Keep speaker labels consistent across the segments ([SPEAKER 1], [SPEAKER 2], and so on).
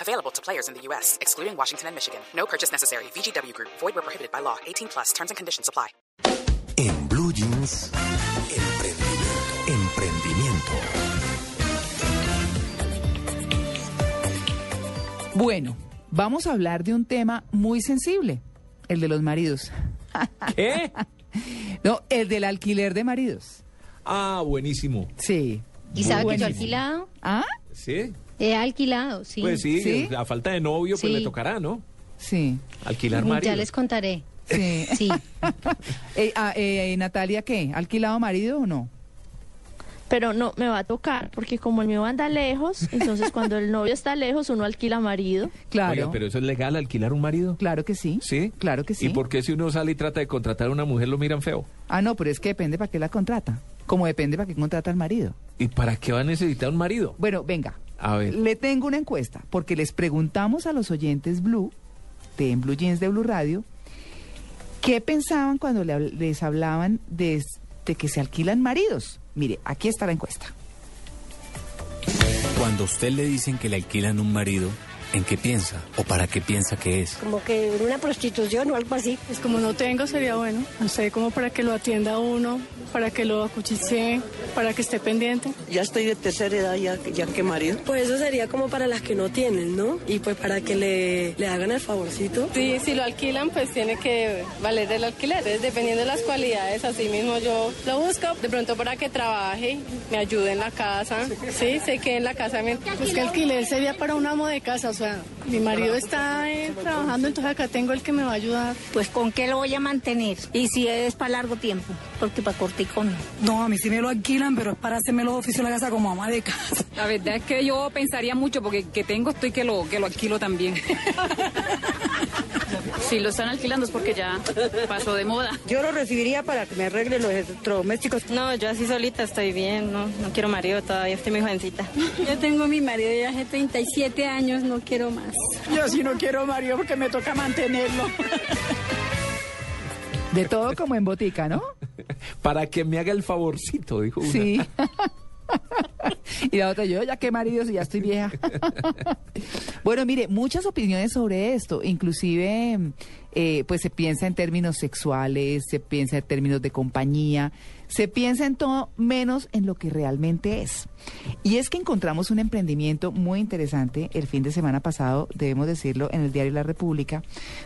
[SPEAKER 1] Available to players in the U.S., excluding Washington and Michigan. No purchase necessary. VGW Group, void were prohibited by law. 18 plus terms and conditions apply.
[SPEAKER 2] En Blue Jeans, emprendimiento. Emprendimiento.
[SPEAKER 3] Bueno, vamos a hablar de un tema muy sensible, el de los maridos.
[SPEAKER 4] ¿Qué?
[SPEAKER 3] No, el del alquiler de maridos.
[SPEAKER 4] Ah, buenísimo.
[SPEAKER 3] Sí.
[SPEAKER 5] ¿Y sabe que yo he
[SPEAKER 3] Buenísimo.
[SPEAKER 5] alquilado?
[SPEAKER 3] ¿Ah?
[SPEAKER 4] ¿Sí?
[SPEAKER 5] He alquilado, sí.
[SPEAKER 4] Pues sí,
[SPEAKER 3] ¿Sí?
[SPEAKER 4] a falta de novio, pues
[SPEAKER 5] Sí.
[SPEAKER 4] le tocará, ¿no?
[SPEAKER 3] Sí.
[SPEAKER 4] Alquilar marido.
[SPEAKER 5] Ya les contaré.
[SPEAKER 3] Sí.
[SPEAKER 5] Sí.
[SPEAKER 3] Eh, ah, eh, Natalia, ¿qué? ¿Alquilado marido o no?
[SPEAKER 6] Pero no, me va a tocar, porque como el mío anda lejos, entonces cuando el novio está lejos, uno alquila marido.
[SPEAKER 3] Claro.
[SPEAKER 4] Oiga, pero eso es legal, alquilar un marido.
[SPEAKER 3] Claro que sí.
[SPEAKER 4] ¿Sí?
[SPEAKER 3] Claro que sí.
[SPEAKER 4] ¿Y por qué si uno sale y trata de contratar a una mujer lo miran feo?
[SPEAKER 3] Ah, no, pero es que depende para qué la contrata. Como depende para qué contrata al marido.
[SPEAKER 4] ¿Y para qué va a necesitar un marido?
[SPEAKER 3] Bueno, venga.
[SPEAKER 4] A ver.
[SPEAKER 3] Le tengo una encuesta, porque les preguntamos a los oyentes Blue, de en Blue Jeans de Blue Radio, ¿qué pensaban cuando le habl- les hablaban de, es- de que se alquilan maridos? Mire, aquí está la encuesta.
[SPEAKER 2] Cuando a usted le dicen que le alquilan un marido, ¿en qué piensa o para qué piensa que es?
[SPEAKER 7] como que en una prostitución o algo así.
[SPEAKER 8] Pues como no tengo sería bueno, no sé, como para que lo atienda uno, para que lo acuchiche, para que esté pendiente.
[SPEAKER 9] Ya estoy de tercera edad, ya, ya que marido.
[SPEAKER 7] Pues eso sería como para las que no tienen, ¿no? Y pues para que le, le hagan el favorcito.
[SPEAKER 8] Sí, si lo alquilan, pues tiene que valer el alquiler. Entonces, dependiendo de las cualidades, así mismo yo lo busco, de pronto para que trabaje, me ayude en la casa, sí, se quede en la casa. Pues que alquiler sería para un amo de casa, o sea, mi marido está eh, trabajando, entonces acá tengo el que me va a ayudar.
[SPEAKER 10] Pues con qué lo voy a mantener y si es para largo tiempo, porque para cortico no.
[SPEAKER 7] No, a mí sí me lo alquilan, pero es para hacerme los oficios de la casa como ama de casa.
[SPEAKER 10] La verdad es que yo pensaría mucho porque que tengo estoy que lo que lo alquilo también. si lo están alquilando es porque ya pasó de moda.
[SPEAKER 7] Yo lo recibiría para que me arregle los electrodomésticos.
[SPEAKER 6] No, yo así solita estoy bien, no, no quiero marido todavía, estoy muy jovencita.
[SPEAKER 8] Yo tengo mi marido ya hace 37 años, no quiero más. Yo sí no quiero marido porque me toca mantenerlo.
[SPEAKER 3] De todo como en botica, ¿no?
[SPEAKER 4] Para que me haga el favorcito, dijo una.
[SPEAKER 3] Sí. y la otra, yo ya qué marido si ya estoy vieja. bueno, mire, muchas opiniones sobre esto. Inclusive, eh, pues se piensa en términos sexuales, se piensa en términos de compañía, se piensa en todo menos en lo que realmente es. Y es que encontramos un emprendimiento muy interesante el fin de semana pasado, debemos decirlo, en el diario La República,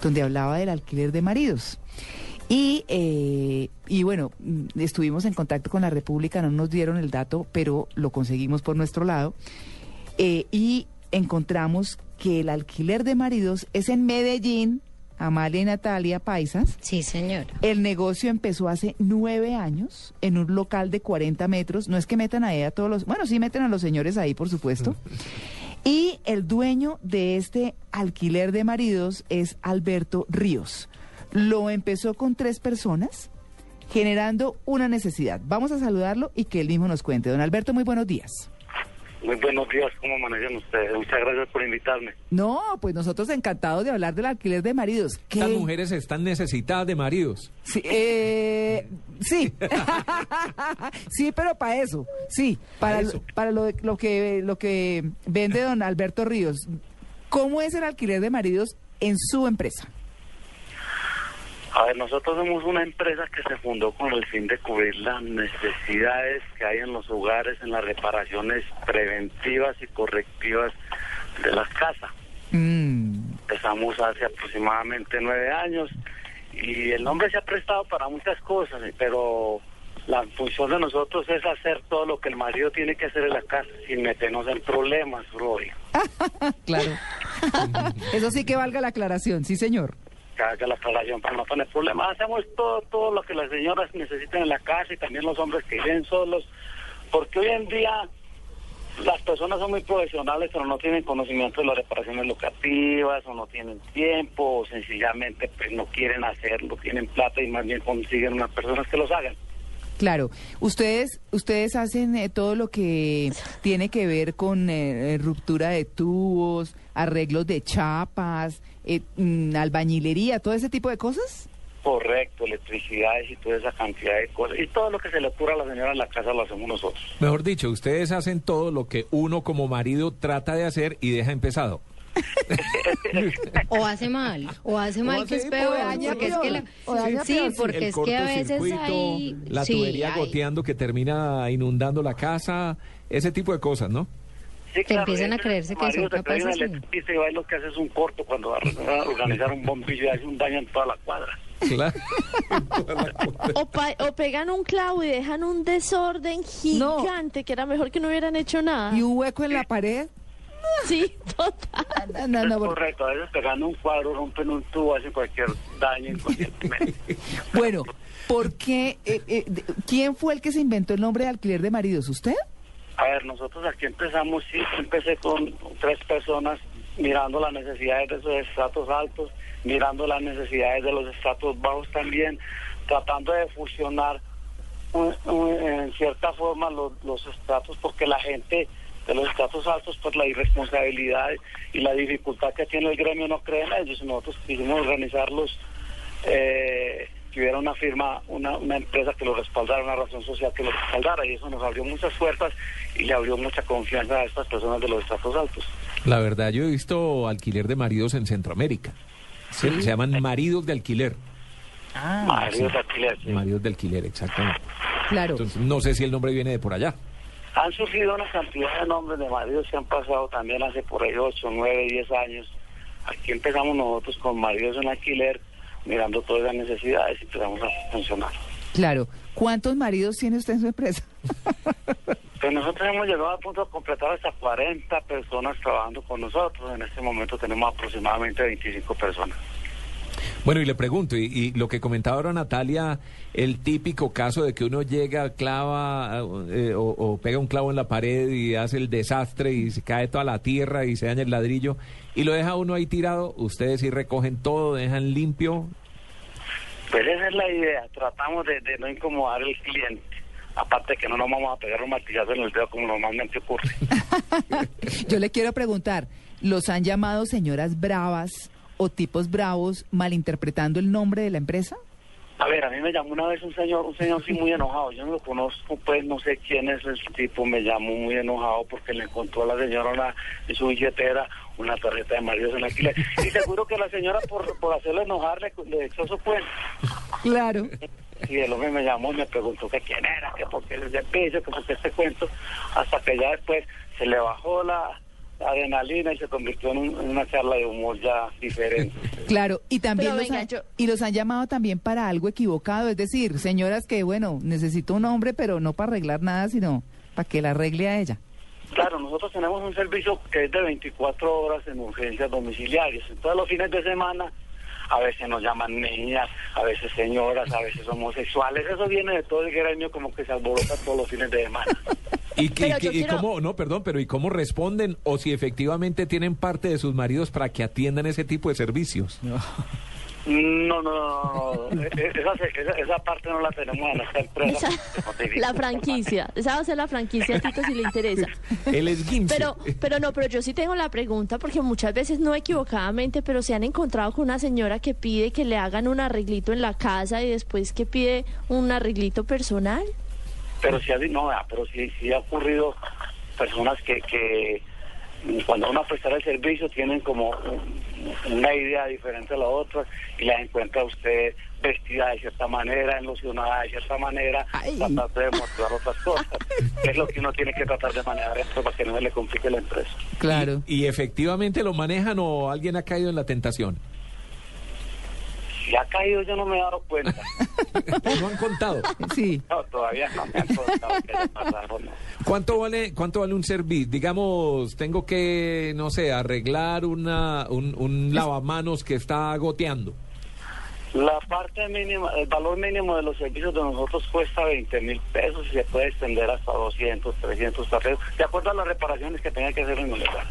[SPEAKER 3] donde hablaba del alquiler de maridos. Y, eh, y bueno, mm, estuvimos en contacto con la República, no nos dieron el dato, pero lo conseguimos por nuestro lado. Eh, y encontramos que el alquiler de maridos es en Medellín, Amalia y Natalia Paisas.
[SPEAKER 5] Sí, señora.
[SPEAKER 3] El negocio empezó hace nueve años en un local de 40 metros. No es que metan ahí a todos los... Bueno, sí meten a los señores ahí, por supuesto. Y el dueño de este alquiler de maridos es Alberto Ríos. Lo empezó con tres personas, generando una necesidad. Vamos a saludarlo y que él mismo nos cuente. Don Alberto, muy buenos días.
[SPEAKER 9] Muy buenos días, ¿cómo manejan ustedes? Muchas gracias por invitarme.
[SPEAKER 3] No, pues nosotros encantados de hablar del alquiler de maridos. ¿Qué?
[SPEAKER 4] Estas mujeres están necesitadas de maridos.
[SPEAKER 3] Sí, eh, sí. Sí, pero para eso, sí, para,
[SPEAKER 4] eso.
[SPEAKER 3] lo- para lo, lo que lo que vende don Alberto Ríos. ¿Cómo es el alquiler de maridos en su empresa?
[SPEAKER 9] A ver, nosotros somos una empresa que se fundó con el fin de cubrir las necesidades que hay en los hogares, en las reparaciones preventivas y correctivas de las casas.
[SPEAKER 3] Mm,
[SPEAKER 9] Empezamos hace aproximadamente nueve años y el nombre se ha prestado para muchas cosas, pero la función de nosotros es hacer todo lo que el marido tiene que hacer en la casa sin meternos en problemas, Roy.
[SPEAKER 3] claro. Eso sí que valga la aclaración, sí, señor.
[SPEAKER 9] que haga la aclaración para no poner problemas. Hacemos todo, todo lo que las señoras necesitan en la casa y también los hombres que viven solos, porque hoy en día Las personas son muy profesionales, pero no tienen conocimiento de las reparaciones locativas, o no tienen tiempo, o sencillamente pues, no quieren hacerlo, tienen plata y más bien consiguen unas personas que los hagan.
[SPEAKER 3] Claro, ustedes ustedes hacen eh, todo lo que tiene que ver con eh, eh, ruptura de tubos, arreglos de chapas, eh, mm, albañilería, todo ese tipo de cosas.
[SPEAKER 9] Correcto, electricidades y toda esa cantidad de cosas. Y todo lo que se le ocurra a la señora en la casa lo hacemos nosotros.
[SPEAKER 4] Mejor dicho, ustedes hacen todo lo que uno como marido trata de hacer y deja empezado.
[SPEAKER 5] O hace mal, o hace mal que es
[SPEAKER 3] hace-
[SPEAKER 5] peor,
[SPEAKER 3] o daña
[SPEAKER 5] porque es
[SPEAKER 3] peor,
[SPEAKER 5] que la-
[SPEAKER 3] o daña
[SPEAKER 5] sí,
[SPEAKER 3] peor, sí.
[SPEAKER 5] porque es
[SPEAKER 4] El
[SPEAKER 5] que a veces
[SPEAKER 4] cortocircuito,
[SPEAKER 5] hay
[SPEAKER 4] la
[SPEAKER 5] sí,
[SPEAKER 4] tubería
[SPEAKER 5] hay-
[SPEAKER 4] goteando que termina inundando la casa, ese tipo de cosas, ¿no?
[SPEAKER 9] Sí,
[SPEAKER 5] Que empiezan a creerse que son
[SPEAKER 9] se trae
[SPEAKER 5] capaces
[SPEAKER 9] un
[SPEAKER 5] de-
[SPEAKER 9] electricista y va y lo que hace es un corto cuando va a organizar un bombillo y hace un daño en toda la cuadra.
[SPEAKER 4] Claro.
[SPEAKER 6] O, pa- o pegan un clavo y dejan un desorden gigante que era mejor que no hubieran hecho nada.
[SPEAKER 3] Y un hueco en la pared.
[SPEAKER 6] Sí, total.
[SPEAKER 3] Ah, No,
[SPEAKER 5] Ah,
[SPEAKER 3] no, no,
[SPEAKER 9] es
[SPEAKER 3] porque-
[SPEAKER 9] correcto, a veces pegando un cuadro, rompen un tubo, hacen cualquier daño en cualquier
[SPEAKER 3] Bueno, ¿por qué? eh, eh, de- ¿Quién fue el que se inventó el nombre de alquiler de maridos? ¿Usted?
[SPEAKER 9] A ver, nosotros aquí empezamos, sí, yo empecé con tres personas mirando las necesidades de esos estratos altos, mirando las necesidades de los estratos bajos también, tratando de fusionar un- un- en cierta forma los, los estratos, porque la gente de los estratos altos, por la irresponsabilidad y la dificultad que tiene el gremio, no creen en ellos. Nosotros quisimos organizarlos, eh, que hubiera una firma, una, una empresa que lo respaldara, una razón social que lo respaldara, y eso nos abrió muchas puertas y le abrió mucha confianza a estas personas de los estratos altos.
[SPEAKER 4] La verdad, yo he visto alquiler de maridos en Centroamérica. Se, se llaman maridos de alquiler.
[SPEAKER 9] Maridos de alquiler, sí.
[SPEAKER 4] Maridos de alquiler, exactamente.
[SPEAKER 3] Claro.
[SPEAKER 4] Entonces, no sé si el nombre viene de por allá.
[SPEAKER 9] Han surgido una cantidad de nombres de maridos que han pasado también hace por ahí 8, 9, 10 años. Aquí empezamos nosotros con maridos en alquiler, mirando todas las necesidades y empezamos a funcionar.
[SPEAKER 3] Claro. ¿Cuántos maridos tiene usted en su empresa?
[SPEAKER 9] Pues nosotros hemos llegado al punto de completar hasta 40 personas trabajando con nosotros. En este momento tenemos aproximadamente 25 personas.
[SPEAKER 4] Bueno, y le pregunto, y, y lo que comentaba ahora Natalia, el típico caso de que uno llega, clava eh, o, o pega un clavo en la pared y hace el desastre y se cae toda la tierra y se daña el ladrillo y lo deja uno ahí tirado, ustedes sí recogen todo, dejan limpio.
[SPEAKER 9] Pues esa es la idea, tratamos de, de no incomodar al cliente. Aparte que no nos vamos a pegar un martillazo en el dedo como normalmente ocurre.
[SPEAKER 3] Yo le quiero preguntar, ¿los han llamado señoras bravas o tipos bravos malinterpretando el nombre de la empresa?
[SPEAKER 9] A ver, a mí me llamó una vez un señor, un señor sí muy enojado. Yo no lo conozco, pues no sé quién es el tipo. Me llamó muy enojado porque le encontró a la señora una- en su billetera una tarjeta de maridos en alquiler. Y seguro que la señora, por, por hacerlo enojar, le, le echó su cuenta.
[SPEAKER 3] Claro.
[SPEAKER 9] Y el hombre me llamó y me preguntó que quién era, que por qué es el piso, que por qué este cuento. Hasta que ya después se le bajó la, la adrenalina y se convirtió en, un- en una charla de humor ya diferente.
[SPEAKER 3] Claro, y también
[SPEAKER 6] Pero
[SPEAKER 3] los
[SPEAKER 6] venga,
[SPEAKER 3] han,
[SPEAKER 6] yo-
[SPEAKER 3] y los han llamado también para algo equivocado, es decir, señoras que bueno, necesito un hombre, pero no para arreglar nada, sino para que la arregle a ella.
[SPEAKER 9] Claro, nosotros tenemos un servicio que es de 24 horas en urgencias domiciliarias. Entonces los fines de semana a veces nos llaman niñas, a veces señoras, a veces homosexuales. Eso viene de todo el gremio como que se alborota todos los fines de semana.
[SPEAKER 4] ¿Y, qué- y
[SPEAKER 6] Pero
[SPEAKER 4] qué-
[SPEAKER 6] yo
[SPEAKER 4] y
[SPEAKER 6] quiero-
[SPEAKER 4] cómo, no, perdón, pero ¿y cómo responden o si efectivamente tienen parte de sus maridos para que atiendan ese tipo de servicios?
[SPEAKER 9] No, no, no, no, no. Esa, esa- esa parte no la tenemos en nuestra empresa.
[SPEAKER 6] Esa- la franquicia. Esa va a ser la franquicia, Tito, si le interesa.
[SPEAKER 4] El esguince.
[SPEAKER 6] Pero, pero no, pero yo sí tengo la pregunta porque muchas veces no equivocadamente, pero se han encontrado con una señora que pide que le hagan un arreglito en la casa y después que pide un arreglito personal.
[SPEAKER 9] pero sí ha, no, ah, pero sí, sí ha ocurrido personas que, que mm, cuando van a prestar el servicio tienen como un- una idea diferente a la otra y la encuentra usted vestida de cierta manera, emocionada de cierta manera, tratando de mostrar otras cosas. es lo que uno tiene que tratar de manejar esto para que no se le complique la empresa.
[SPEAKER 3] Claro.
[SPEAKER 4] ¿Y efectivamente lo manejan o alguien ha caído en la tentación?
[SPEAKER 9] Si ha caído yo no me he dado cuenta.
[SPEAKER 4] ¿No han contado?
[SPEAKER 3] Sí.
[SPEAKER 9] No, todavía no me han contado que haya pasado, no.
[SPEAKER 4] ¿Cuánto vale, cuánto vale un servicio? Digamos, tengo que, no sé, arreglar una, un, un lavamanos que está goteando.
[SPEAKER 9] La parte mínima, el valor mínimo de los servicios de nosotros cuesta 20 mil pesos y se puede extender hasta 200, 300 pesos, de acuerdo a las reparaciones que tenga que hacer en el lugar.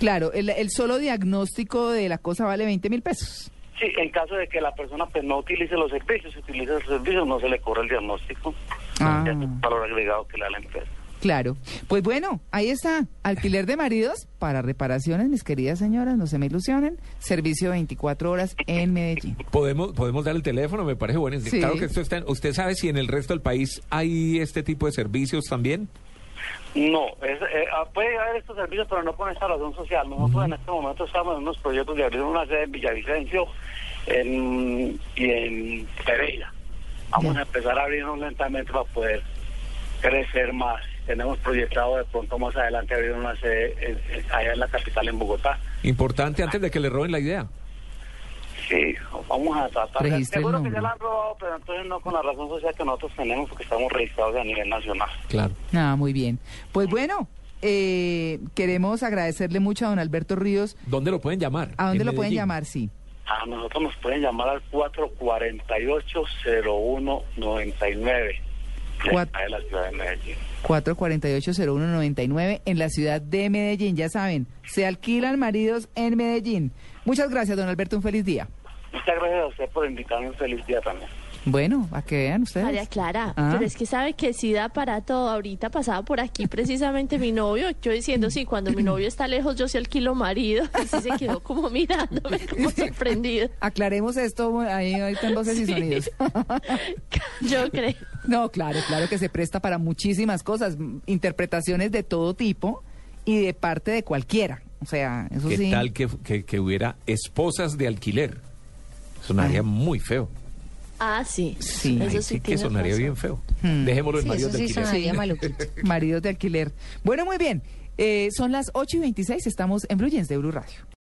[SPEAKER 3] Claro, el, el solo diagnóstico de la cosa vale 20 mil pesos.
[SPEAKER 9] Sí, en caso de que la persona pues, no utilice los servicios, si utiliza los servicios no se le cobra el diagnóstico,
[SPEAKER 3] Ah.
[SPEAKER 9] ya es el valor agregado que le da la empresa.
[SPEAKER 3] Claro. Pues bueno, ahí está. Alquiler de maridos para reparaciones, mis queridas señoras, no se me ilusionen. Servicio 24 horas en Medellín.
[SPEAKER 4] Podemos, podemos dar el teléfono, me parece bueno.
[SPEAKER 3] Sí.
[SPEAKER 4] Claro que esto está. en- ¿Usted sabe si en el resto del país hay este tipo de servicios también?
[SPEAKER 9] No, es- eh, ah, puede haber estos servicios, pero no con esta razón social. Nosotros en este momento estamos en unos proyectos de abrir una sede en Villavicencio en- y en Pereira. Vamos a empezar a abrirnos lentamente para poder crecer más. Tenemos proyectado de pronto más adelante abrir una sede en- en- allá en la capital, en Bogotá.
[SPEAKER 4] Importante antes de que le roben la idea.
[SPEAKER 9] Sí, vamos a tratar. de-
[SPEAKER 4] Registre el
[SPEAKER 9] Seguro que
[SPEAKER 4] nombre.
[SPEAKER 9] ya la han robado, pero entonces no con la razón social que nosotros tenemos, porque estamos registrados a nivel nacional.
[SPEAKER 4] Claro.
[SPEAKER 3] Ah, muy bien. Pues bueno, eh, queremos agradecerle mucho a don Alberto Ríos.
[SPEAKER 4] ¿Dónde lo pueden llamar?
[SPEAKER 3] ¿A dónde
[SPEAKER 4] En
[SPEAKER 3] lo pueden
[SPEAKER 4] Medellín.
[SPEAKER 3] llamar? Sí.
[SPEAKER 9] A nosotros nos pueden llamar al 448-0199 de
[SPEAKER 3] Cuat-
[SPEAKER 9] acá de la ciudad de Medellín.
[SPEAKER 3] 448-0199 en la ciudad de Medellín. Ya saben, se alquilan maridos en Medellín. Muchas gracias, don Alberto. Un feliz día.
[SPEAKER 9] Muchas gracias a usted por invitarme. Un feliz día también.
[SPEAKER 3] Bueno, a que vean ustedes.
[SPEAKER 6] María Clara,
[SPEAKER 3] Ah.
[SPEAKER 6] pero es que sabe que sí da para todo. Ahorita pasaba por aquí precisamente mi novio, yo diciendo, sí, cuando mi novio está lejos yo sí alquilo marido. Y sí se quedó como mirándome, como sorprendido.
[SPEAKER 3] Aclaremos esto ahí ahorita en voces y
[SPEAKER 6] Sí.
[SPEAKER 3] sonidos.
[SPEAKER 6] Yo creo.
[SPEAKER 3] No, claro, claro que se presta para muchísimas cosas, m- interpretaciones de todo tipo y de parte de cualquiera. O sea, eso
[SPEAKER 4] ¿Qué
[SPEAKER 3] sí.
[SPEAKER 4] tal que, que- que hubiera esposas de alquiler? Sonaría muy feo.
[SPEAKER 6] Ah, sí.
[SPEAKER 3] Sí. Hmm.
[SPEAKER 6] Eso
[SPEAKER 4] Ahí sí
[SPEAKER 6] sí
[SPEAKER 4] que
[SPEAKER 6] tiene
[SPEAKER 4] sonaría
[SPEAKER 6] razón.
[SPEAKER 4] bien feo. Dejémoslo en
[SPEAKER 6] Sí,
[SPEAKER 4] maridos de
[SPEAKER 6] eso sí
[SPEAKER 4] alquiler.
[SPEAKER 6] sonaría
[SPEAKER 3] Maridos de alquiler. Bueno, muy bien. Eh, son las 8 y 26, estamos en Blue Jeans de Blue Radio.